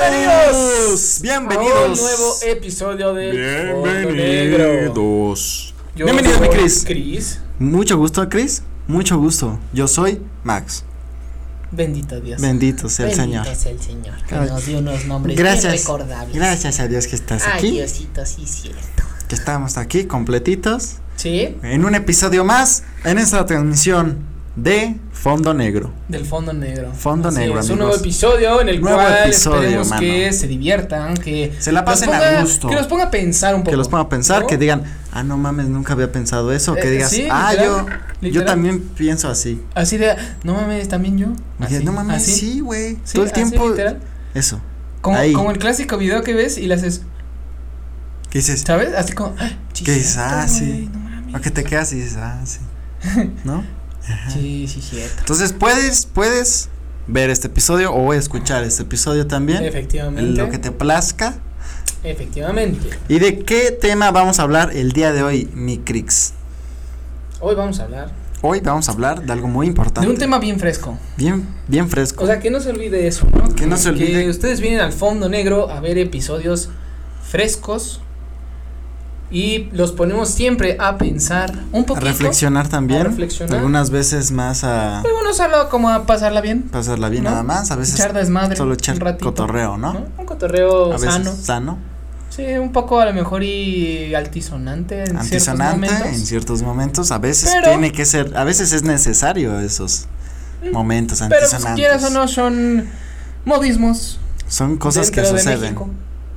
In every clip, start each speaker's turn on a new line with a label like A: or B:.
A: Bienvenidos. Bienvenidos.
B: a un nuevo episodio de Fondo Negro.
A: Bienvenidos.
B: Yo
A: Bienvenido, mi
B: soy
A: Chris.
B: Chris.
A: Mucho gusto, Chris. Mucho gusto. Yo soy Max.
C: Bendito Dios.
A: Bendito sea el
C: Bendito
A: Señor.
C: sea el Señor. Que
A: Ay.
C: nos dio unos nombres bien
A: Gracias.
C: recordables.
A: Gracias a Dios que estás
C: Ay,
A: aquí.
C: Diosito, sí, cierto.
A: Que estamos aquí completitos.
B: Sí,
A: En un episodio más. En esta transmisión de Fondo Negro.
B: del Fondo Negro.
A: Fondo
B: Así
A: negro,
B: Es un
A: amigos.
B: nuevo episodio en el
A: Nuevo
B: cual
A: episodio,
B: esperemos
A: mano.
B: que se diviertan, que
A: Se la
B: nos
A: pasen a
B: ponga-
A: gusto.
B: Que los ponga a pensar un poco.
A: Que los ponga a pensar,
B: ¿no?
A: que digan, ah, no mames, nunca había pensado eso. Que
B: Eh,
A: digas,
B: sí,
A: ah,
B: literal,
A: yo, yo
B: literal.
A: también pienso así.
B: Así de, no mames, también yo.
A: Y dije,
B: Así,
A: no mames,
B: así,
A: sí, güey.
B: ¿Ah, sí,
A: Todo el
B: así,
A: tiempo.
B: literal.
A: Eso.
B: Como,
A: Ahí.
B: como el clásico video que ves y le haces,
A: ¿Qué dices?
B: ¿sabes? Así como, ah, sí,
A: Que dices,
B: cierto,
A: ah,
B: güey,
A: sí.
B: no mames.
A: O que te quedas y dices, ah, sí. ¿No? Ajá.
B: Sí, sí, cierto.
A: Entonces puedes, puedes ver este episodio o escuchar este episodio también.
B: Efectivamente.
A: Lo que te plazca.
B: Efectivamente.
A: ¿Y de qué tema vamos a hablar el día de hoy, mi Crix?
B: Hoy vamos a hablar
A: Hoy vamos a hablar de algo muy importante.
B: de un tema bien fresco.
A: Bien, bien fresco.
B: O sea, que no se olvide eso, ¿no?
A: Que no se olvide.
B: Que ustedes vienen al fondo negro a ver episodios frescos y los ponemos siempre a pensar un
A: a
B: poquito.
A: reflexionar también.
B: a reflexionar.
A: Algunas veces más a
B: Algunos hablan como a pasarla bien.
A: pasarla bien
B: ¿No?
A: nada más. A veces
B: Echar desmadre.
A: solo
B: un
A: echar
B: ratito,
A: cotorreo, ¿no?
B: ¿no? Un cotorreo
A: A veces
B: sano.
A: sano,
B: Sí, un poco a lo mejor y altisonante en
A: antisonante
B: ciertos
A: en
B: momentos.
A: ciertos momentos. A veces
B: Pero-
A: tiene que ser, a veces es necesario esos momentos
B: Pero pues,
A: antisonantes.
B: quieras o no, son modismos
A: Son cosas que
B: dentro de
A: suceden.
B: México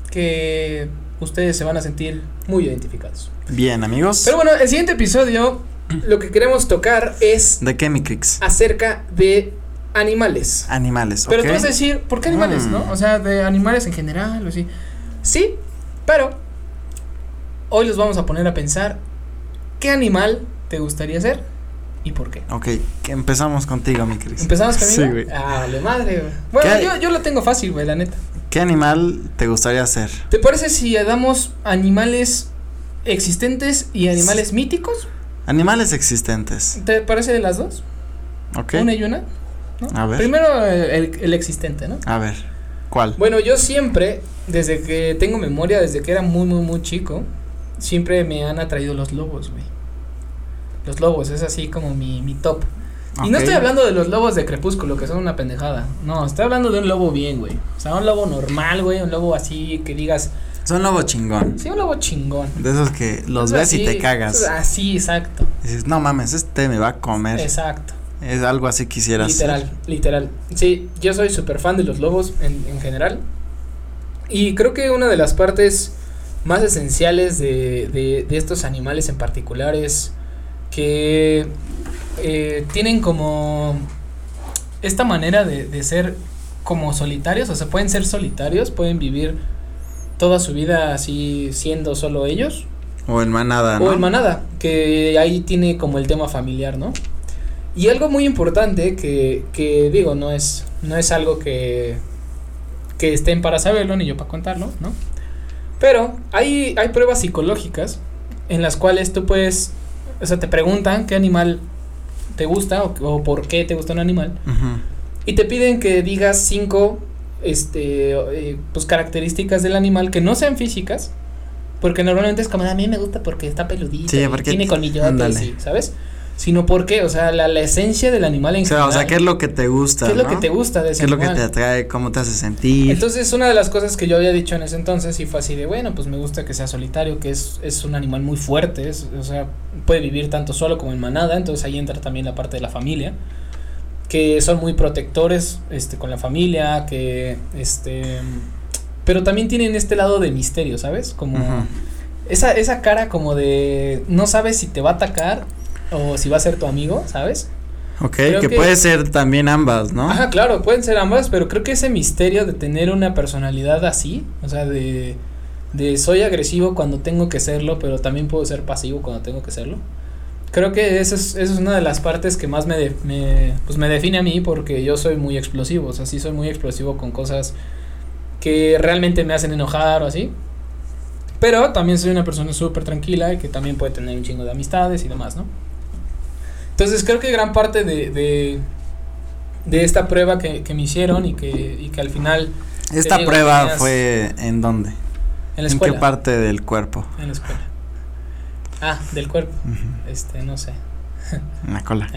B: que ustedes se van a sentir muy identificados.
A: Bien, amigos.
B: Pero bueno, el siguiente episodio lo que queremos tocar es
A: ¿De qué, mi Crix?
B: acerca de animales.
A: Animales.
B: Ah, Pero
A: ¿ok?
B: tú vas a decir, ¿por qué animales,
A: Mm.
B: no? O sea, de animales en general o así. Sí, pero hoy los vamos a poner a pensar qué animal te gustaría ser y por qué.
A: Ok, que empezamos contigo, mi Crix.
B: ¿Empezamos
A: Sí,
B: conmigo?
A: güey.
B: Ah, vale madre, güey. Bueno,
A: ¿Qué?
B: yo, yo lo tengo fácil, güey, la neta.
A: ¿Qué animal te gustaría ser?
B: ¿Te parece si damos animales existentes y animales míticos?
A: Animales existentes.
B: ¿Te parece de las dos?
A: Ok.
B: Una y una. ¿no?
A: A ver.
B: Primero eh, el, el existente, ¿no?
A: A ver, ¿cuál?
B: Bueno, yo siempre, desde que tengo memoria, desde que era muy, muy, muy chico, siempre me han atraído los lobos, güey. Los lobos, es así como mi, mi top. Y no
A: Ok.
B: estoy hablando de los lobos de crepúsculo, que son una pendejada. No, estoy hablando de un lobo bien, güey. O sea, un lobo normal, güey. Un lobo así que digas,
A: Son lobo chingón.
B: sí, un lobo chingón.
A: De esos que los
B: Es
A: ves y
B: así,
A: te cagas.
B: es Así, exacto.
A: Dices, no mames, este me va a comer. Es,
B: Exacto.
A: algo así quisiera
B: Literal,
A: ser.
B: literal. Sí, yo soy súper fan de los lobos en, en general. Y creo que una de las partes más esenciales de, de- de estos animales en particular es que eh, tienen como esta manera de, de ser como solitarios, o sea, pueden ser solitarios, pueden vivir toda su vida así siendo solo ellos,
A: O en manada, ¿no?
B: o en manada, que ahí tiene como el tema familiar, ¿no? Y algo muy importante que, que digo, no es, no es algo que, que estén para saberlo ni yo para contarlo, ¿no? Pero hay, hay pruebas psicológicas en las cuales tú puedes, o sea, te preguntan qué animal te gusta o, o por qué te gusta un animal
A: Ujú.
B: y te piden que digas cinco este eh, pues características del animal que no sean físicas porque normalmente es como a mí me gusta porque está peludito
A: Sí,
B: y
A: porque-
B: tiene colmillotes
A: ándale.
B: y, sabes sino porque o sea la, la esencia del animal en
A: O sea, o sea,
B: general,
A: ¿qué es lo que te gusta?
B: qué es lo
A: no?
B: que te gusta de
A: ¿Qué
B: ese
A: es lo que te
B: animal?
A: atrae? ¿Cómo te hace sentir?
B: entonces una de las cosas que yo había dicho en ese entonces y fue así de bueno pues me gusta que sea solitario que es es un animal muy fuerte es- o sea puede vivir tanto solo como en manada entonces ahí entra también la parte de la familia que son muy protectores este con la familia que este pero también tienen este lado de misterio sabes como
A: Ujú.
B: esa esa cara como de no sabes si te va a atacar o si va a ser tu amigo sabes
A: Ok, que,
B: creo que-
A: puede ser también ambas, ¿no?
B: Ajá, claro, pueden ser ambas, pero creo que ese misterio de tener una personalidad así, o sea, de, de soy agresivo cuando tengo que serlo, pero también puedo ser pasivo cuando tengo que serlo. Creo que esa es, esa es una de las partes que más me, de- me, pues me define a mí porque yo soy muy explosivo, o sea, sí soy muy explosivo con cosas que realmente me hacen enojar o así. Pero también soy una persona súper tranquila y que también puede tener un chingo de amistades y demás, ¿no? Entonces creo que gran parte de, de, de esta prueba que, que me hicieron y que, y que al final
A: Esta
B: digo,
A: prueba
B: tenías-
A: fue en dónde?
B: en la
A: ¿En qué
B: escuela.
A: parte del cuerpo?
B: En la escuela. Ah, del cuerpo.
A: Ujú,
B: Este, no sé.
A: En la cola,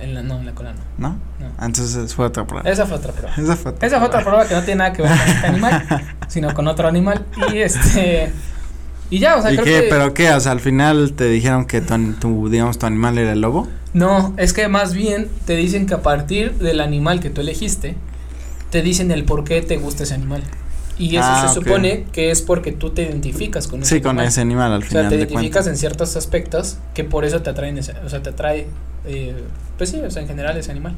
B: En la, no, en la cola no.
A: ¿no?
B: No.
A: Ah, Entonces fue otra prueba.
B: Esa fue otra prueba.
A: Esa fue otra
B: Esa fue otra prueba que no tiene nada que ver con este animal, sino con otro animal. Y este. Y ya, o sea,
A: ¿Y
B: creo
A: qué?
B: que.
A: ¿Pero qué? O sea, al final te dijeron que tu, an- tu, digamos, tu animal era el lobo.
B: No, es que más bien te dicen que a partir del animal que tú elegiste, te dicen el por qué te gusta ese animal. Y eso
A: Ah,
B: se
A: ok.
B: supone que es porque tú te identificas con ese
A: Sí, con
B: animal.
A: ese animal al
B: O sea,
A: final
B: te
A: de
B: identificas
A: cuentas.
B: en ciertos aspectos que por eso te atraen, ese- o sea, te atrae, eh, pues sí, o sea, en general ese animal.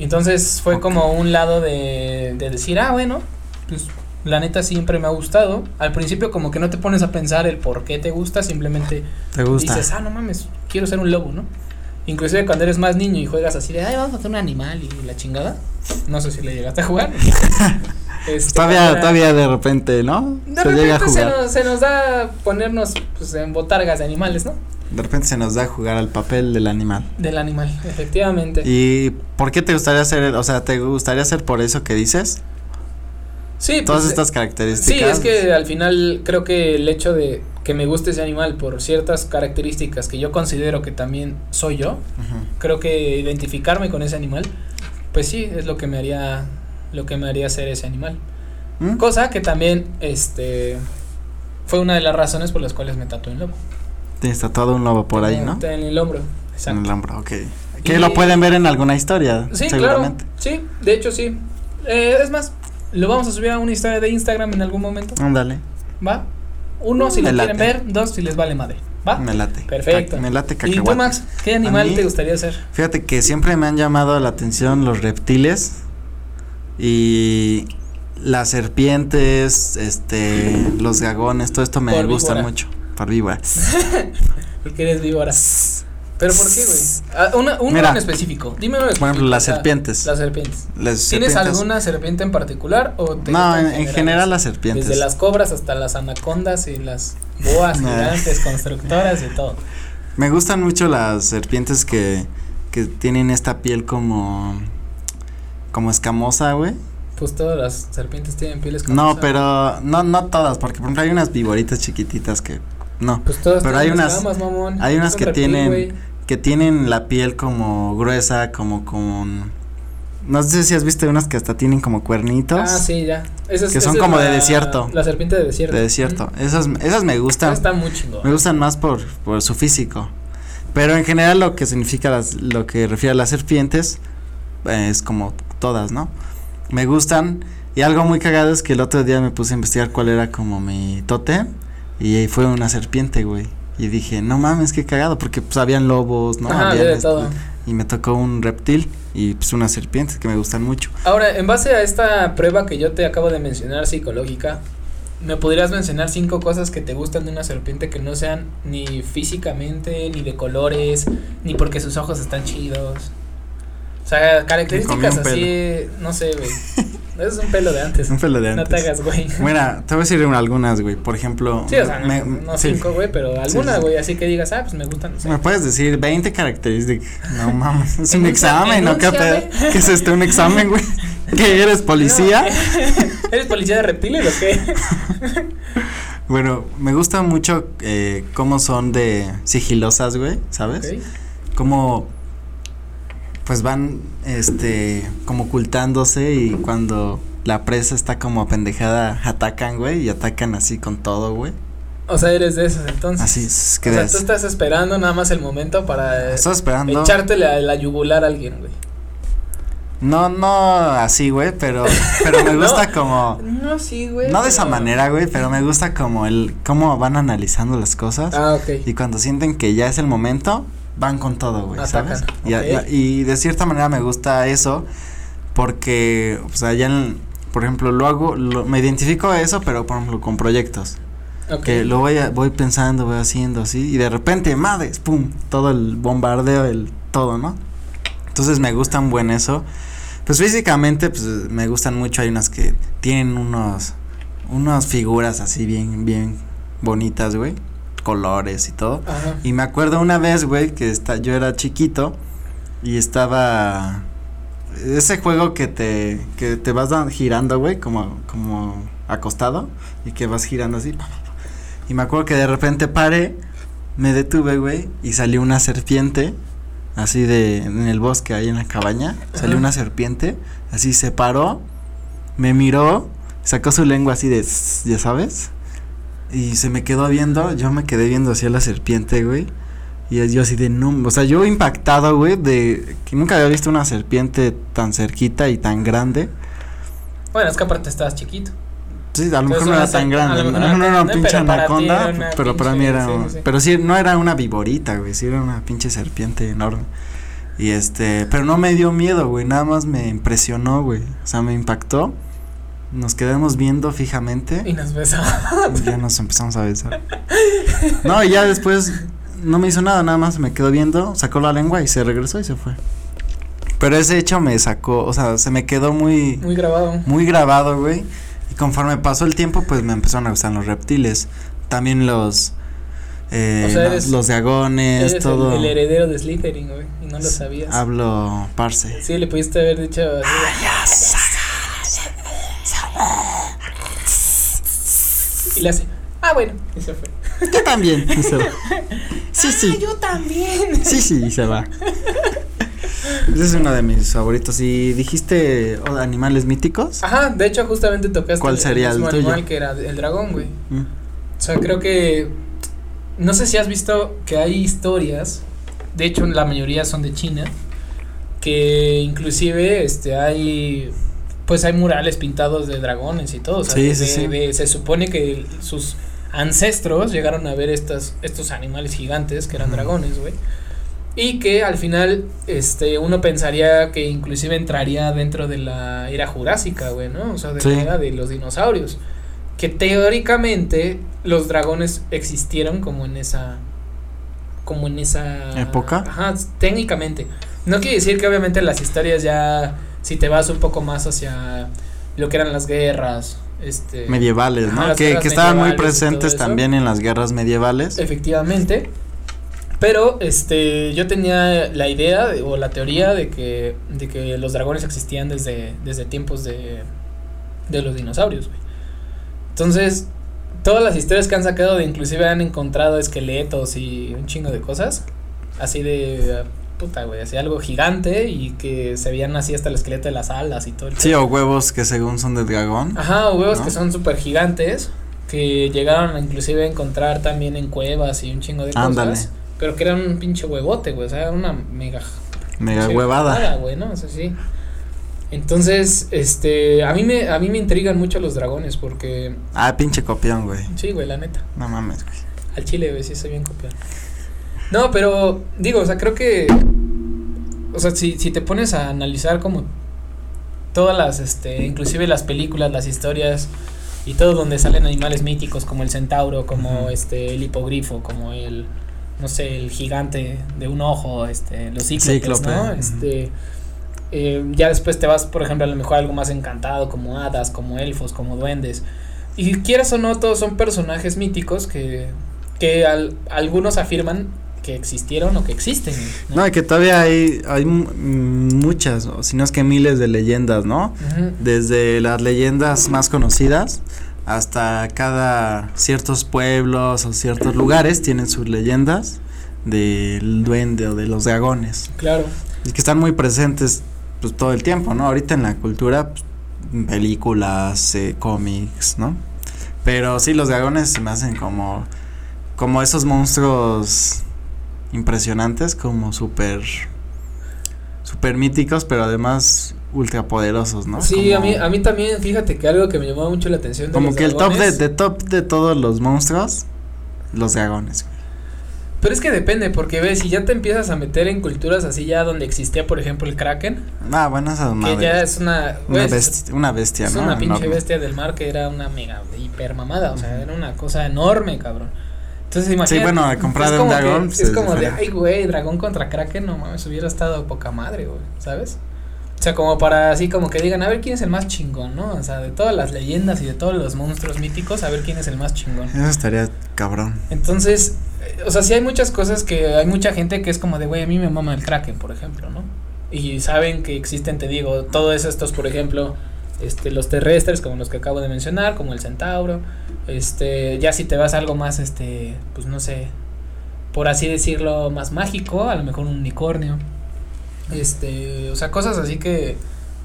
B: Entonces fue
A: Ok.
B: como un lado de, de decir, ah, bueno, pues la neta siempre me ha gustado. Al principio como que no te pones a pensar el por qué te gusta, simplemente
A: ¿Te gusta?
B: dices, ah, no mames, quiero ser un lobo, ¿no? Inclusive cuando eres más niño y juegas así de, ay, vamos a hacer un animal y la chingada. No sé si le llegaste a jugar. Este,
A: Todavía,
B: ahora-
A: todavía de repente, ¿no?
B: de
A: se llega a
B: repente se
A: jugar.
B: nos, se nos da ponernos pues, en botargas de animales, ¿no?
A: De repente se nos da a jugar al papel del animal.
B: Del animal, efectivamente.
A: ¿Y por qué te gustaría hacer, el- o sea, te gustaría hacer por eso que dices?
B: sí,
A: Todas
B: pues,
A: estas
B: eh, sí,
A: características.
B: es que al final creo que el hecho de que me guste ese animal por ciertas características que yo considero que también soy yo,
A: Ujú.
B: creo que identificarme con ese animal, pues sí, es lo que me haría lo que me haría ser ese animal.
A: ¿Mm?
B: Cosa que también este fue una de las razones por las cuales me tatué en lobo.
A: Tienes tatuado un lobo por ahí, ¿no?
B: En el hombro.
A: En
B: Exacto.
A: el hombro, ok. Que
B: Y-
A: lo pueden ver en alguna historia,
B: Sí, claro.
A: seguramente.
B: Sí, de hecho sí. Eh, es más, lo vamos a subir a una historia de Instagram en algún momento.
A: Ándale,
B: ¿Va? Uno si lo
A: Me
B: quieren
A: late.
B: ver, dos si les vale madre. ¿Va?
A: me late.
B: Ah, Perfecto.
A: Ca- Me late
B: ¿Y
A: cacahuate.
B: tú, Max? ¿Qué animal
A: mí-
B: te gustaría ser?
A: Fíjate que siempre me han llamado la atención los reptiles y las serpientes, este, los gagones, todo esto me
B: Por
A: gusta
B: víbora.
A: mucho. Por víbora.
B: Porque eres víbora. ¿Pero por qué, güey? Ah, una, uno
A: Mira.
B: en específico. Dime uno en
A: Por ejemplo,
B: específico,
A: las
B: o sea,
A: serpientes.
B: Las serpientes.
A: Las
B: ¿Tienes
A: serpientes-
B: alguna serpiente en particular o te
A: No, en,
B: gustan
A: en general las
B: desde
A: serpientes.
B: las cobras hasta las anacondas y las boas
A: Nah.
B: gigantes constructoras y todo.
A: Me gustan mucho las serpientes que, que tienen esta piel como como escamosa, güey.
B: Pues todas las serpientes tienen pieles como
A: No,
B: esa.
A: pero no no todas, porque por ejemplo hay unas víboritas chiquititas que no,
B: Pues todas
A: Pero hay
B: tienen
A: unas-
B: escamas, mamón.
A: hay
B: Es
A: unas
B: un
A: que
B: reptil,
A: tienen-
B: güey.
A: que tienen la piel como gruesa, como con no sé si has visto unas que hasta tienen como cuernitos
B: Ah, sí, ya. Esas-
A: que son
B: esa es
A: como de
B: la-
A: desierto.
B: La serpiente de desierto.
A: de desierto. Esas esas me
B: Esa
A: gustan.
B: Está muy
A: Me
B: chingón.
A: gustan más por, por su físico. Pero en general lo que significa las- lo que refiere a las serpientes eh, es como todas, ¿no? Me gustan. Y algo muy cagado es que el otro día me puse a investigar cuál era como mi tótem. Y eh, fue una serpiente, güey. Y dije, no mames, qué cagado. Porque pues habían lobos, ¿no?
B: Ajá,
A: Habían
B: de
A: este-
B: todo.
A: Y me tocó un reptil y pues unas serpientes que me gustan mucho.
B: Ahora, en base a esta prueba que yo te acabo de mencionar psicológica, ¿me podrías mencionar cinco cosas que te gustan de una serpiente que no sean ni físicamente, ni de colores, ni porque sus ojos están chidos? O sea, características
A: comió un
B: así, no sé, güey. Eso es un pelo de antes.
A: Un pelo de
B: No te
A: antes.
B: hagas, güey.
A: Mira, te voy a decir algunas, güey. Por ejemplo.
B: Sí, o sea, no,
A: me-
B: no
A: sí.
B: cinco, güey, pero alguna,
A: sí.
B: güey, así que digas, ah, pues me gustan, no sé.
A: ¿Me puedes decir 20 características? No mames, es un
B: Enúnciame,
A: examen, ¿no? ¿Qué,
B: enúnciame.
A: pedo? ¿Qué es este? ¿Un examen, güey? ¿Que eres policía?
B: No. ¿Eres policía de reptiles o qué?
A: Bueno, me gusta mucho eh, cómo son de sigilosas, güey, ¿sabes?
B: Ok.
A: Cómo pues van este como ocultándose y cuando la presa está como apendejada atacan, güey, y atacan así con todo, güey.
B: O sea, eres de esos entonces.
A: Así es
B: o
A: que
B: sea,
A: es-
B: tú estás esperando nada más el momento para eh,
A: Estoy esperando.
B: echarte la, la yugular a alguien, güey.
A: No, no así, güey, pero pero me
B: No.
A: gusta como
B: No, sí, güey.
A: No de esa
B: pero-
A: manera, güey, pero me gusta como el cómo van analizando las cosas
B: Ah, ok.
A: y cuando sienten que ya es el momento van con todo, güey,
B: Atacan,
A: ¿sabes? Y, a- y a-
B: ok.
A: y de cierta manera me gusta eso porque, o sea, ya, en- por ejemplo, lo hago, lo- me identifico a eso, pero por ejemplo con proyectos
B: Ok.
A: que lo voy a- voy pensando, voy haciendo así y de repente, madres, pum, todo el bombardeo, el todo, ¿no? Entonces me gustan buen eso. Pues físicamente pues me gustan mucho, hay unas que tienen unos unas figuras así bien bien bonitas, güey, colores y todo.
B: Ajá.
A: Y me acuerdo una vez, güey, que está, yo era chiquito y estaba ese juego que te, que te vas dan- girando, güey, como, como acostado y que vas girando así. pa, pa, pa. Y me acuerdo que de repente paré, me detuve, güey, y salió una serpiente, así de, en el bosque, ahí en la cabaña, salió
B: Ajá.
A: una serpiente, así se paró, me miró, sacó su lengua así de, "Sss", ya sabes, y se me quedó viendo, yo me quedé viendo hacia la serpiente, güey. Y yo así de no, o sea, yo impactado, güey, de que nunca había visto una serpiente tan cerquita y tan grande.
B: Bueno, es que aparte estabas chiquito.
A: Sí, a lo mejor
B: Entonces,
A: no
B: una
A: era tan
B: ser- a
A: grande.
B: lo
A: No,
B: mejor
A: no
B: no
A: era
B: era
A: una
B: tan
A: pinche
B: grande, pero para ti era
A: anaconda,
B: una
A: pero para mí
B: pinche-
A: era.
B: sí,
A: un-
B: sí, sí.
A: Pero sí, no era una viborita, güey, sí era una pinche serpiente enorme. Y este, pero no me dio miedo, güey, nada más me impresionó, güey. O sea, me impactó. Nos quedamos viendo fijamente.
B: Y nos besaba.
A: Y ya nos empezamos a besar. No, y ya después no me hizo nada, nada más me quedó viendo, sacó la lengua y se regresó y se fue. Pero ese hecho me sacó, o sea, se me quedó muy,
B: Muy grabado.
A: muy grabado, güey. Y conforme pasó el tiempo, pues me empezaron a gustar los reptiles. También los, eh,
B: O sea,
A: la-
B: eres-
A: los dragones,
B: Eres
A: todo. Ah,
B: el, el heredero de Slytherin, güey. Y no lo sabías.
A: Hablo parse.
B: Sí, le pudiste haber dicho. así de,
A: Ah,
B: Y le hace. Ah, bueno. Y se fue.
A: Yo también. Y se va. Sí,
B: Ah,
A: sí.
C: yo también.
A: Sí, sí, se va. Ese es uno de mis favoritos. ¿Y dijiste oh, animales míticos?
B: Ajá, de hecho, justamente tocaste.
A: ¿Cuál sería el
B: mismo
A: tuyo?
B: animal que era el dragón, güey.
A: Mm.
B: O sea, creo que. No sé si has visto que hay historias. De hecho, la mayoría son de China. Que inclusive este hay. Pues hay murales pintados de dragones y todo. O sea,
A: Sí,
B: de-
A: sí,
B: de-
A: sí.
B: de- se supone que sus ancestros llegaron a ver estas, estos animales gigantes que eran
A: Ujú.
B: dragones, güey. Y que al final, este, uno pensaría que inclusive entraría dentro de la era jurásica, güey, ¿no? O sea, de
A: Sí.
B: la era de los dinosaurios. Que teóricamente los dragones existieron como en esa. como en esa.
A: ¿Época?
B: Ajá, s- técnicamente. No quiere decir que obviamente las historias ya. si te vas un poco más hacia lo que eran las guerras. Este.
A: Medievales,
B: Ajá,
A: ¿no?
B: las
A: que
B: guerras
A: que estaban muy
B: medievales y todo
A: presentes
B: eso.
A: también en las guerras medievales.
B: Efectivamente. Pero este yo tenía la idea de- o la teoría de que, de que los dragones existían desde, desde tiempos de, de los dinosaurios. güey. Entonces, todas las historias que han sacado, de inclusive han encontrado esqueletos y un chingo de cosas. Así de eh, puta, güey, así algo gigante y que se veían así hasta el esqueleto de las alas y todo el
A: Sí, o huevos que según son de dragón.
B: Ajá, o huevos
A: ¿no?
B: que son súper gigantes, que llegaron a inclusive a encontrar también en cuevas y un chingo de
A: Ándale.
B: cosas. Pero que era un pinche huevote, güey, o sea, era una mega...
A: Mega
B: pinche
A: huevada.
B: jugada, güey, ¿no? O sea, sí. Entonces, este, a mí me, a mí me intrigan mucho los dragones porque,
A: Ah, pinche copión, güey.
B: sí, güey, la neta.
A: No mames, güey.
B: Al chile, güey, sí soy bien copión. No, pero digo, o sea, creo que. O sea, si, si te pones a analizar como todas las, este, inclusive las películas, las historias y todo donde salen animales míticos como el centauro, como
A: Ujú.
B: este, el hipogrifo, como el, no sé, el gigante de un ojo, este, los cíclopes,
A: Cíclope,
B: ¿no?
A: ujú.
B: Este, eh, ya después te vas, por ejemplo, a lo mejor a algo más encantado, como hadas, como elfos, como duendes. Y quieras o no, todos son personajes míticos que, que al- algunos afirman que existieron o que existen. ¿no?
A: No, y que todavía hay, hay mu- mm, muchas, o si no es que miles de leyendas, ¿no?
B: Ujú.
A: desde las leyendas más conocidas hasta cada ciertos pueblos o ciertos lugares tienen sus leyendas del duende o de los dragones
B: Claro.
A: y que están muy presentes pues todo el tiempo, ¿no? Ahorita en la cultura pues, en películas, eh, cómics, ¿no? Pero sí los dragones se me hacen como como esos monstruos impresionantes, como súper súper míticos, pero además ultrapoderosos, ¿no?
B: Sí,
A: Como-
B: a, mí, a mí también, fíjate que algo que me llamó mucho la atención. de
A: como
B: los
A: que el top de,
B: dragones-
A: de top de todos los monstruos, los dragones. güey.
B: Pero es que depende, porque ves, si ya te empiezas a meter en culturas así ya donde existía, por ejemplo, el Kraken,
A: Ah, bueno, esa
B: que ya
A: madre.
B: es una.
A: Una
B: ves,
A: bestia, una bestia,
B: Es
A: ¿no?
B: una pinche
A: Enorme.
B: bestia del mar que era una mega hiper mamada, o sea, era una cosa enorme, cabrón. Entonces imagínate.
A: bueno, al comprar
B: es
A: un
B: como que-
A: dragón, pues,
B: es
A: es
B: como de,
A: diferente.
B: ay, güey, dragón contra kraken, no mames, hubiera estado poca madre, güey, ¿sabes? O sea, como para así como que digan, a ver quién es el más chingón, ¿no? O sea, de todas las leyendas y de todos los monstruos míticos, a ver quién es el más chingón.
A: Eso estaría cabrón.
B: Entonces, eh, o sea, sí hay muchas cosas que hay mucha gente que es como de, güey, a mí me mama el Kraken, por ejemplo, ¿no? y saben que existen, te digo, todos estos, por ejemplo, este, los terrestres, como los que acabo de mencionar, como el centauro, este, ya si te vas a algo más, este, pues no sé, por así decirlo, más mágico, a lo mejor un unicornio, este, o sea, cosas así que,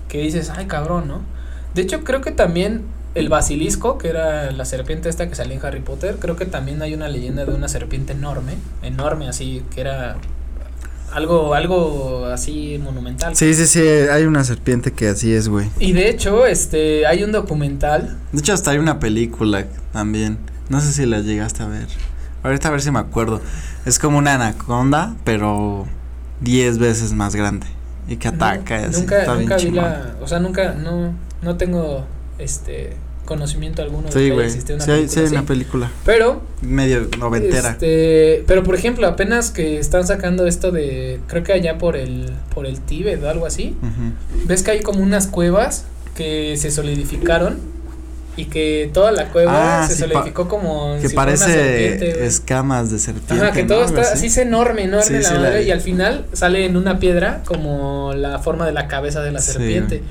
B: que dices, ay cabrón, ¿no? De hecho, creo que también el basilisco, que era la serpiente esta que salía en Harry Potter, creo que también hay una leyenda de una serpiente enorme, enorme así, que era algo, algo así monumental.
A: Sí, sí, sí, hay una serpiente que así es, güey.
B: Y de hecho, este, hay un documental.
A: De hecho, hasta hay una película también. No sé si la llegaste a ver. Ahorita a ver si me acuerdo. Es como una anaconda, pero 10 veces más grande. Y que ataca. y así,
B: nunca,
A: está bien
B: nunca vi
A: chingón.
B: la, o sea, nunca, no, no tengo, este, conocimiento alguno de
A: Sí,
B: que
A: güey.
B: existió una
A: Sí, hay, sí hay
B: película
A: una
B: así.
A: película.
B: Pero
A: Medio noventera.
B: Este, pero por ejemplo, apenas que están sacando esto de, creo que allá por el, por el Tíbet o algo así,
A: Ujú.
B: ves que hay como unas cuevas que se solidificaron y que toda la cueva
A: Ah,
B: se
A: sí, pa-
B: solidificó como
A: Que
B: si fuera una serpiente,
A: parece
B: güey.
A: escamas de serpiente.
B: Ajá, que
A: ¿no?
B: todo
A: Algo
B: está así es enorme, enorme
A: Sí,
B: la
A: sí, la
B: madre,
A: vi.
B: y al final sale en una piedra como la forma de la cabeza de la
A: Sí.
B: serpiente.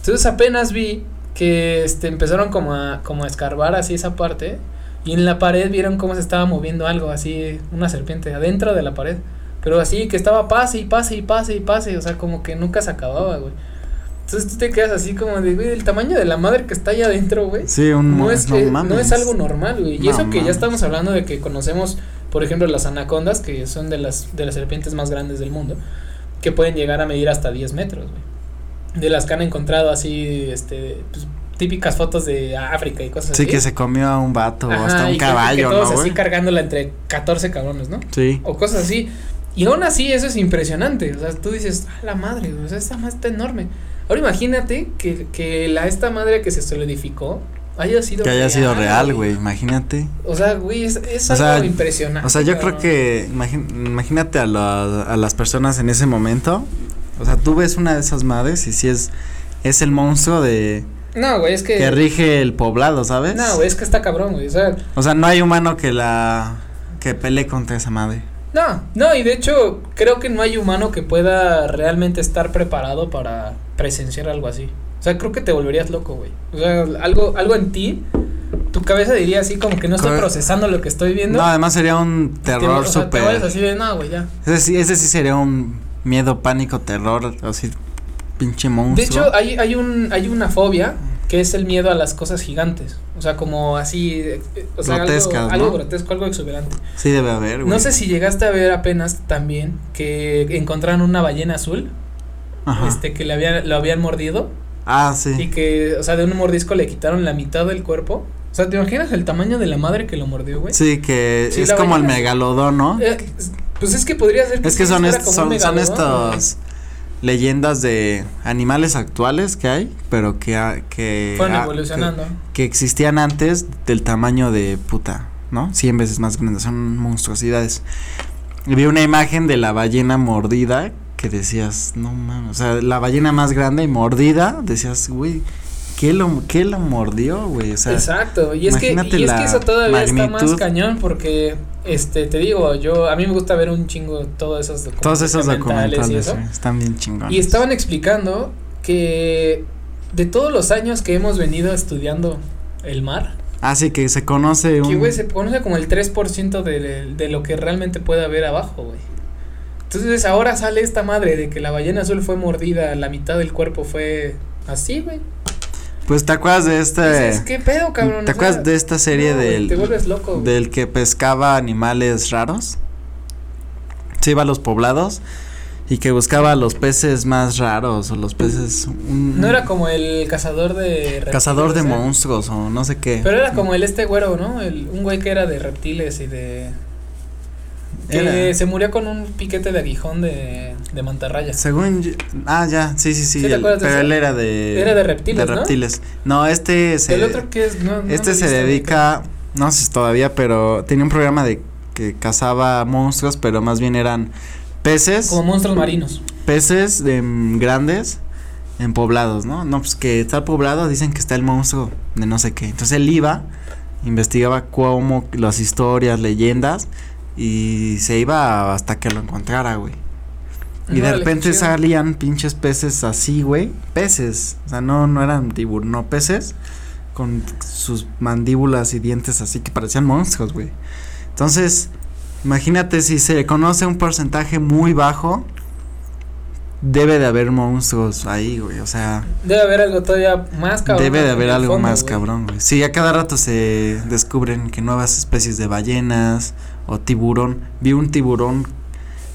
B: Entonces apenas vi que este empezaron como a como a escarbar así esa parte y en la pared vieron cómo se estaba moviendo algo así una serpiente adentro de la pared, pero así que estaba pase y pase y pase y pase, o sea, como que nunca se acababa, güey. Entonces tú te quedas así como de, güey, el tamaño de la madre que está allá adentro, güey.
A: Sí, un
B: No
A: mon-
B: es, que- no
A: mames.
B: es algo normal, güey. Y
A: No
B: eso que ya
A: mames.
B: estamos hablando de que conocemos, por ejemplo, las anacondas, que son de las, de las serpientes más grandes del mundo, que pueden llegar a medir hasta 10 metros, güey. De las que han encontrado así, este, pues, típicas fotos de África y cosas
A: Sí,
B: así.
A: que se comió a un vato o
B: Ajá,
A: hasta
B: y
A: un
B: que-
A: caballo,
B: que todos
A: ¿no,
B: así
A: güey?
B: cargándola entre 14 cabrones, ¿no?
A: Sí.
B: O cosas así. Y aún así, eso es impresionante. O sea, tú dices, a la madre, o sea, esta madre está enorme. Ahora imagínate que, que la esta madre que se solidificó haya sido
A: Que haya sido real, güey, imagínate.
B: O sea, güey, es, es
A: O
B: algo
A: sea,
B: impresionante.
A: O sea, yo creo
B: cabrón.
A: que imagín- imagínate a, la- a las personas en ese momento. O sea, tú ves una de esas madres y si es es el monstruo de
B: No, güey, es que.
A: que rige el poblado, ¿sabes?
B: no, güey, es que está cabrón, güey. O sea,
A: O sea, no hay humano que la que pelee contra esa madre.
B: no, no, y de hecho, creo que no hay humano que pueda realmente estar preparado para presenciar algo así. O sea, creo que te volverías loco, güey. O sea, algo, algo en ti, tu cabeza diría así como que no estoy
A: Cor-
B: procesando lo que estoy viendo.
A: No, además sería un
B: Te-
A: terror
B: o sea, Te vuelves
A: súper.
B: así de, no, güey, ya.
A: Ese, sí- ese sí sería un miedo, pánico, terror, así pinche monstruo.
B: De hecho, hay, hay, un, hay una fobia que es el miedo a las cosas gigantes. O sea, como así. eh, eh, O sea, algo-
A: Grotescas, ¿no?
B: algo grotesco, algo exuberante.
A: sí debe haber, güey.
B: No sé si llegaste a ver apenas también que encontraron una ballena azul,
A: Ajá.
B: este, que le habían, lo habían mordido
A: Ah,
B: y
A: sí.
B: que, o sea, de un mordisco le quitaron la mitad del cuerpo. O sea, ¿te imaginas el tamaño de la madre que lo mordió, güey?
A: Sí, que
B: Sí,
A: es
B: la
A: como el
B: ballena.
A: megalodón, ¿no?
B: Eh, es- pues es que podría ser.
A: Es que
B: sí
A: son,
B: fuera
A: est-
B: como
A: son,
B: un
A: son
B: megalodón, güey.
A: estas leyendas de animales actuales que hay, pero que, ha- que,
B: Fueron
A: ha-
B: evolucionando.
A: ah, que, que existían antes del tamaño de puta, ¿no? 100 veces más grandes, son monstruosidades. Y vi una imagen de la ballena mordida que decías, no mames, o sea, la ballena más grande y mordida, decías, güey, ¿qué lo, qué lo mordió, güey? O sea,
B: Exacto, y es que
A: imagínate
B: y es
A: la
B: que eso todavía está más
A: magnitud.
B: cañón porque este te digo, yo a mí me gusta ver un chingo todos esos documentales,
A: todos esos documentales
B: y eso.
A: güey, están bien chingones.
B: Y estaban explicando que de todos los años que hemos venido estudiando el mar,
A: Así Ah, que se conoce un...
B: que güey se conoce como el 3% de, de lo que realmente puede haber abajo, güey. Entonces ahora sale esta madre de que la ballena azul fue mordida, la mitad del cuerpo fue así, güey.
A: Pues te acuerdas de este.
B: Dices, ¿Qué pedo, cabrón?
A: ¿Te
B: O sea,
A: acuerdas de esta serie
B: no, güey,
A: del
B: Te vuelves loco. güey.
A: del que pescaba animales raros? Se iba a los poblados y que buscaba los peces más raros o los peces un
B: No era como el cazador de reptiles,
A: cazador de
B: ¿eh?
A: monstruos o no sé qué.
B: Pero era como el este güero, ¿no? El, un güey que era de reptiles y de que
A: Era-
B: se murió con un piquete de aguijón de, de mantarraya.
A: Según yo- ah ya, sí sí sí,
B: ¿Sí te
A: el-
B: acuerdas de
A: pero
B: ese?
A: él era de
B: Era de reptiles,
A: de
B: ¿no?
A: reptiles. ¿no? este se
B: el otro que es no, no
A: Este
B: lo
A: se
B: viste, güey,
A: dedica, no sé si todavía, pero tenía un programa de que cazaba monstruos, pero más bien eran peces,
B: como monstruos marinos.
A: peces de, mm, grandes en poblados, ¿no? No, pues que está poblado, dicen que está el monstruo de no sé qué. Entonces él iba, investigaba cómo, las historias, leyendas, y se iba hasta que lo encontrara, güey. Y de
B: Órale, qué
A: repente
B: chido.
A: salían pinches peces así, güey. Peces. O sea, no, no eran tiburón, no peces. Con sus mandíbulas y dientes así que parecían monstruos, güey. Entonces, imagínate si se conoce un porcentaje muy bajo. Debe de haber monstruos ahí, güey. O sea,
B: Debe haber algo todavía más cabrón.
A: debe de
B: en
A: haber
B: el
A: algo
B: fondo,
A: más
B: güey.
A: cabrón, güey. Sí, a cada rato se descubren que nuevas especies de ballenas o tiburón. Vi un tiburón,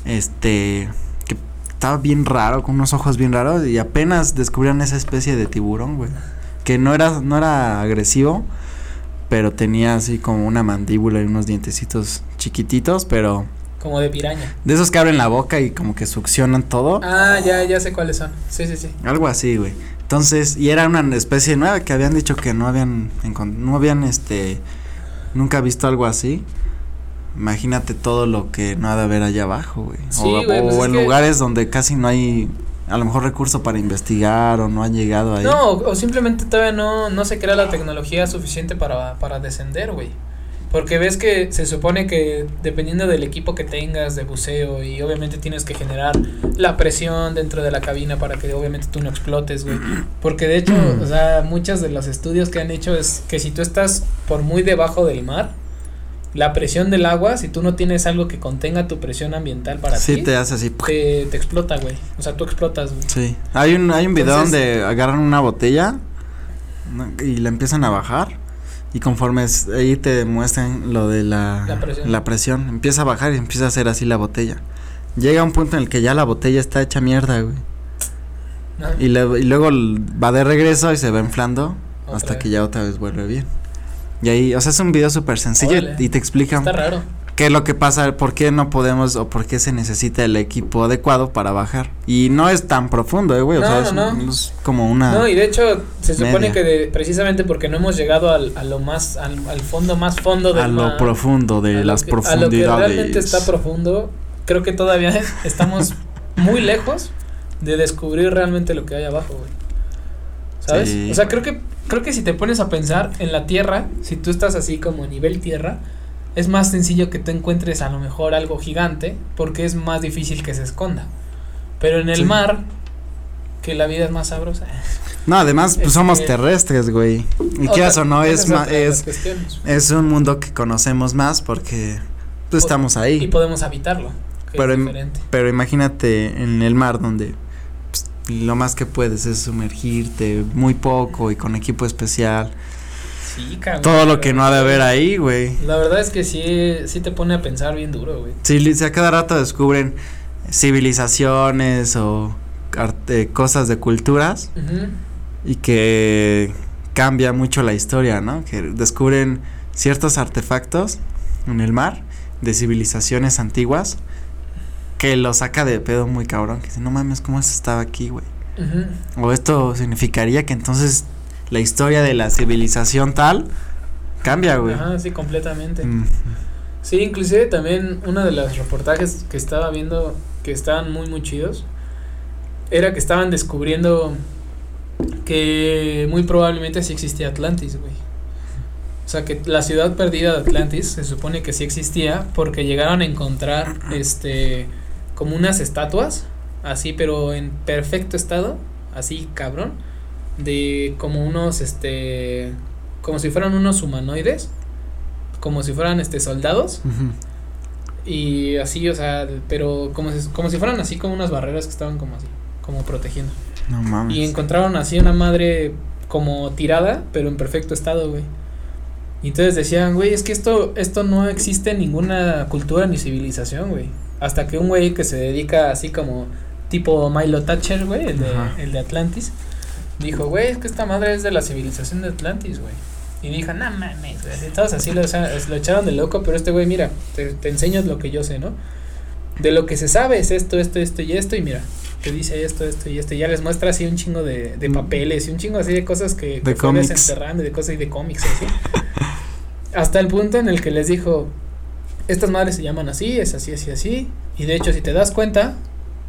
A: este, que estaba bien raro, con unos ojos bien raros y apenas descubrieron esa especie de tiburón, güey. Que no era, no era agresivo, pero tenía así como una mandíbula y unos dientecitos chiquititos, pero
B: Como de piraña.
A: de esos que abren la boca y como que succionan todo.
B: Ah, ya, ya sé cuáles son. Sí, sí, sí.
A: Algo así, güey. Entonces, y era una especie nueva que habían dicho que no habían, encon- no habían, este, nunca visto algo así. Imagínate todo lo que no ha de haber allá abajo, güey.
B: Sí,
A: o
B: güey,
A: o
B: pues es
A: en
B: que-
A: lugares donde casi no hay, a lo mejor, recurso para investigar o no han llegado ahí.
B: No, o o simplemente todavía no, no se crea la tecnología suficiente para, para descender, güey. Porque ves que se supone que dependiendo del equipo que tengas de buceo y obviamente tienes que generar la presión dentro de la cabina para que obviamente tú no explotes, güey. Porque de hecho, o sea, muchos de los estudios que han hecho es que si tú estás por muy debajo del mar, la presión del agua, si tú no tienes algo que contenga tu presión ambiental para
A: sí
B: ti,
A: te hace así. ¡puj!
B: te, te explota, güey. O sea, tú explotas, güey.
A: Sí. Hay un, hay un video
B: Entonces-
A: donde agarran una botella ¿no? y la empiezan a bajar. Y conforme es- ahí te muestran lo de la,
B: La presión.
A: presión, empieza a bajar y empieza a hacer así la botella. Llega un punto en el que ya la botella está hecha mierda, güey.
B: ¿no?
A: Y, le- y luego l- va de regreso y se va inflando
B: Otra
A: hasta
B: vez.
A: que ya otra vez vuelve bien. Y ahí, o sea, es un video súper sencillo
B: Órale.
A: y, y te explica
B: Está raro.
A: qué es lo que pasa, por qué no podemos o por qué se necesita el equipo adecuado para bajar. Y no es tan profundo, eh, güey. o
B: No,
A: sea, es,
B: no, no.
A: es como una.
B: No, y de hecho se supone
A: Ah. Media.
B: que de- precisamente porque no hemos llegado al, a lo más, al, al fondo más fondo del
A: a lo
B: mar,
A: profundo de
B: a lo
A: las
B: que-
A: profundidades.
B: A lo que realmente está profundo, creo que todavía estamos muy lejos de descubrir realmente lo que hay abajo, güey. ¿Sabes?
A: Sí.
B: O sea, creo que, creo que si te pones a pensar en la tierra, si tú estás así como a nivel tierra, es más sencillo que tú encuentres a lo mejor algo gigante, porque es más difícil que se esconda. Pero en el
A: Sí.
B: mar, que la vida es más sabrosa.
A: No, además pues, somos
B: Este-
A: terrestres, güey. Y
B: Otra-
A: quieras o no
B: esa
A: es ma-
B: otra de las
A: es
B: cuestiones.
A: es un mundo que conocemos más porque pues,
B: O-
A: estamos
B: Y
A: ahí.
B: podemos habitarlo. que
A: Pero
B: es
A: en-
B: diferente.
A: Pero imagínate en el mar donde pues, lo más que puedes es sumergirte muy poco y con equipo especial.
B: Sí, cabrón,
A: Todo lo
B: pero-
A: que no ha de haber ahí, güey.
B: La verdad es que sí, sí te pone a pensar bien duro, güey.
A: Sí, li- si a cada rato descubren civilizaciones o arte- cosas de culturas.
B: Ujú.
A: y que cambia mucho la historia, ¿no? Que descubren ciertos artefactos en el mar de civilizaciones antiguas que lo saca de pedo muy cabrón, que dice, no mames, ¿cómo esto estaba aquí, güey?
B: Ujú.
A: O esto significaría que entonces la historia de la civilización tal cambia, güey.
B: Ajá, sí, completamente.
A: Mm,
B: Sí, inclusive también uno de los reportajes que estaba viendo que estaban muy muy chidos era que estaban descubriendo que muy probablemente sí existía Atlantis, güey. O sea, que la ciudad perdida de Atlantis se supone que sí existía porque llegaron a encontrar este como unas estatuas así pero en perfecto estado, así cabrón, de como unos este como si fueran unos humanoides, como si fueran este soldados
A: ujú.
B: y así, o sea, de- pero como si, como si fueran así como unas barreras que estaban como así, como protegiendo.
A: No mames.
B: Y encontraron así una madre como tirada, pero en perfecto estado, güey. Y entonces decían, güey, es que esto, esto no existe en ninguna cultura ni civilización, güey. Hasta que un güey que se dedica así como tipo Milo Thatcher, güey, el de,
A: Ajá.
B: el de Atlantis, dijo, güey, es que esta madre es de la civilización de Atlantis, güey. Y dijo, no mames, güey. Así, Todos así lo, o sea, lo echaron de loco, pero este güey, mira, te, te enseño lo que yo sé, ¿no? De lo que se sabe es esto, esto, esto y esto, y mira, te dice esto, esto y esto. Y ya les muestra así un chingo de, de papeles y un chingo así de cosas que, que
A: De
B: fue
A: cómics.
B: desenterrando y de cosas y de cómics así. Hasta el punto en el que les dijo, estas madres se llaman así, es así, así, así. Y de hecho, si te das cuenta,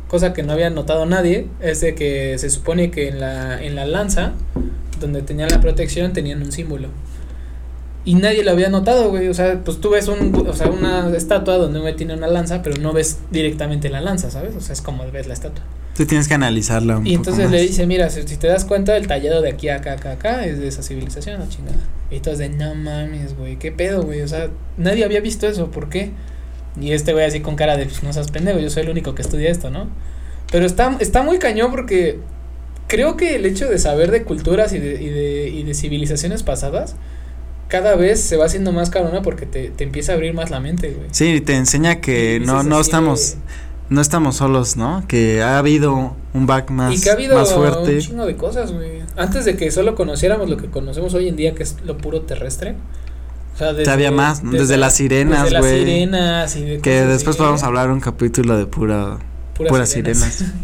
B: cosa que no había notado nadie, es de que se supone que en la, en la lanza, donde tenían la protección, tenían un símbolo. Y nadie lo había notado, güey. O sea, pues tú ves un, o sea, una estatua donde uno tiene una lanza, pero no ves directamente la lanza, ¿sabes? O sea, es como ves la estatua.
A: Tú tienes que analizarla un
B: Y
A: poco
B: entonces
A: más.
B: le dice, mira, si, si te das cuenta, el tallado de aquí a acá, acá, acá, es de esa civilización, la chingada. Y entonces de, no mames, güey, qué pedo, güey. O sea, nadie había visto eso, ¿por qué? Y este güey así con cara de, pues no seas pendejo, yo soy el único que estudia esto, ¿no? Pero está, está muy cañón porque creo que el hecho de saber de culturas y de, y de, y de civilizaciones pasadas, cada vez se va haciendo más carona porque te, te empieza a abrir más la mente, güey.
A: Sí, te enseña que
B: Y
A: no,
B: dices
A: no
B: así,
A: estamos,
B: güey,
A: no estamos solos, ¿no? Que ha habido un back más,
B: y que ha habido
A: más fuerte.
B: un chingo de cosas, güey. Antes de que solo conociéramos lo que conocemos hoy en día, que es lo puro terrestre. O sea, desde,
A: había más, ¿no? Desde las sirenas,
B: desde las
A: güey.
B: sirenas y de
A: Que
B: cosas
A: después
B: así.
A: podemos hablar un capítulo de pura, puras, sirenas.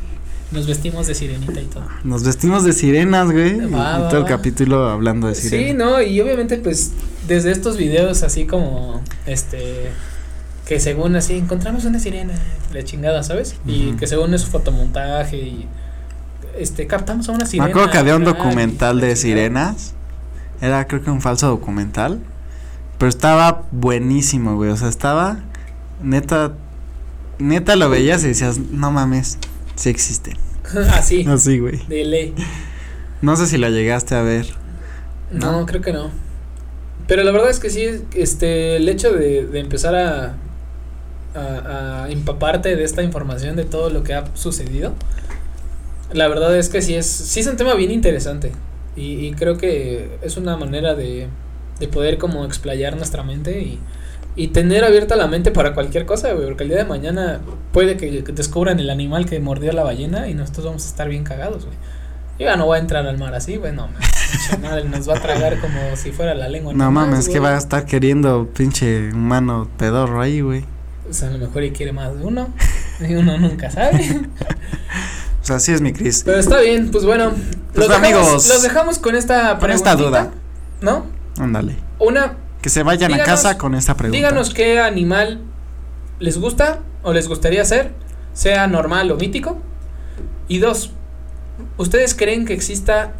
B: Nos vestimos de sirenita y todo.
A: Nos vestimos de sirenas, güey. y-
B: Va,
A: y
B: va,
A: todo el
B: va.
A: capítulo hablando de
B: Sí,
A: sirenas.
B: no, y obviamente pues desde estos videos así como este que según así encontramos una sirena, la chingada, ¿sabes? Y
A: Ujú.
B: que según es su fotomontaje y este captamos a una sirena.
A: Me acuerdo que había un
B: tal, y
A: documental
B: la
A: de
B: chingada.
A: sirenas. Era creo que un falso documental. Pero estaba buenísimo, güey. O sea, estaba neta neta lo veías y decías, "No mames, sí existe."
B: Así,
A: Así, güey.
B: de ley.
A: No sé si lo llegaste a ver.
B: No,
A: ¿no?
B: creo que no. Pero la verdad es que sí, este, el hecho de, de empezar a, a, a empaparte de esta información, de todo lo que ha sucedido, la verdad es que sí es, sí es un tema bien interesante. Y, y creo que es una manera de, de poder como explayar nuestra mente y, y tener abierta la mente para cualquier cosa, güey, porque el día de mañana puede que descubran el animal que mordió a la ballena y nosotros vamos a estar bien cagados, güey. Yo ya no voy a entrar al mar así, güey, no, mames, pinche madre, nos va a tragar como si fuera la lengua.
A: No
B: nomás,
A: mames, que
B: güey.
A: va a estar queriendo pinche humano pedorro ahí, güey.
B: O sea, a lo mejor y quiere más de uno, y uno nunca sabe.
A: O sea, así es mi Cris.
B: Pero está bien, pues bueno.
A: Pues,
B: dejamos-
A: amigos,
B: los dejamos con esta
A: con esta
B: preguntita,
A: duda.
B: ¿No?
A: Ándale.
B: Una,
A: Que se vayan a
B: Díganos-
A: casa con esta pregunta.
B: díganos qué animal les gusta o les gustaría ser, sea normal o mítico. Y dos, ¿ustedes creen que exista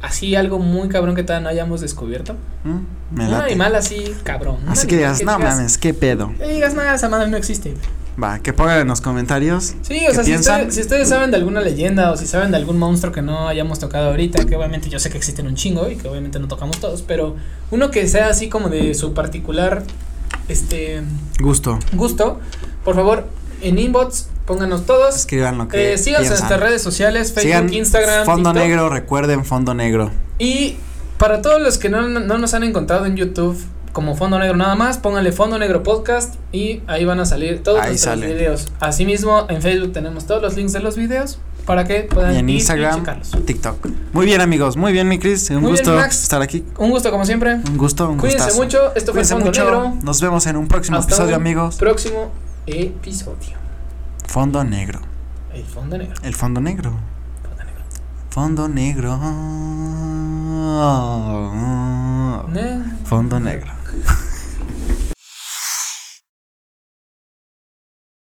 B: así algo muy cabrón que todavía no hayamos descubierto?
A: Mm, me
B: Un
A: late.
B: animal así cabrón. un
A: Así que
B: animal
A: digas, no mames, qué pedo.
B: Que digas nada, esa madre no existe.
A: Va, que pongan en los comentarios.
B: Sí, o
A: ¿Qué
B: sea, si
A: piensan?
B: ustedes, si ustedes saben de alguna leyenda o si saben de algún monstruo que no hayamos tocado ahorita, que obviamente yo sé que existen un chingo y que obviamente no tocamos todos, pero uno que sea así como de su particular este
A: Gusto.
B: gusto, por favor, en inbox pónganos todos.
A: Escriban lo que.
B: Eh, síganos en
A: piensan.
B: nuestras redes sociales, Facebook,
A: Sigan
B: Instagram,
A: Fondo
B: TikTok.
A: negro, recuerden fondo negro.
B: Y para todos los que no, no nos han encontrado en YouTube como Fondo Negro nada más, pónganle Fondo Negro Podcast y ahí van a salir todos
A: Ahí
B: nuestros
A: salen.
B: videos. Asimismo, en Facebook tenemos todos los links de los videos para que puedan
A: Y en
B: ir
A: Instagram,
B: checarlos.
A: TikTok. Muy bien, amigos. Muy bien, mi Cris. Un
B: Muy bien,
A: gusto
B: Max.
A: estar aquí.
B: Un gusto como siempre.
A: Un gusto, un
B: Cuídense
A: gustazo.
B: mucho. Esto fue
A: Cuídense
B: Fondo
A: mucho.
B: Negro.
A: Nos vemos en un próximo
B: Hasta
A: episodio,
B: un
A: amigos.
B: Próximo episodio.
A: Fondo negro.
B: El Fondo Negro.
A: El fondo negro.
B: Fondo Negro.
A: Fondo negro.
B: Ne-
A: Fondo negro.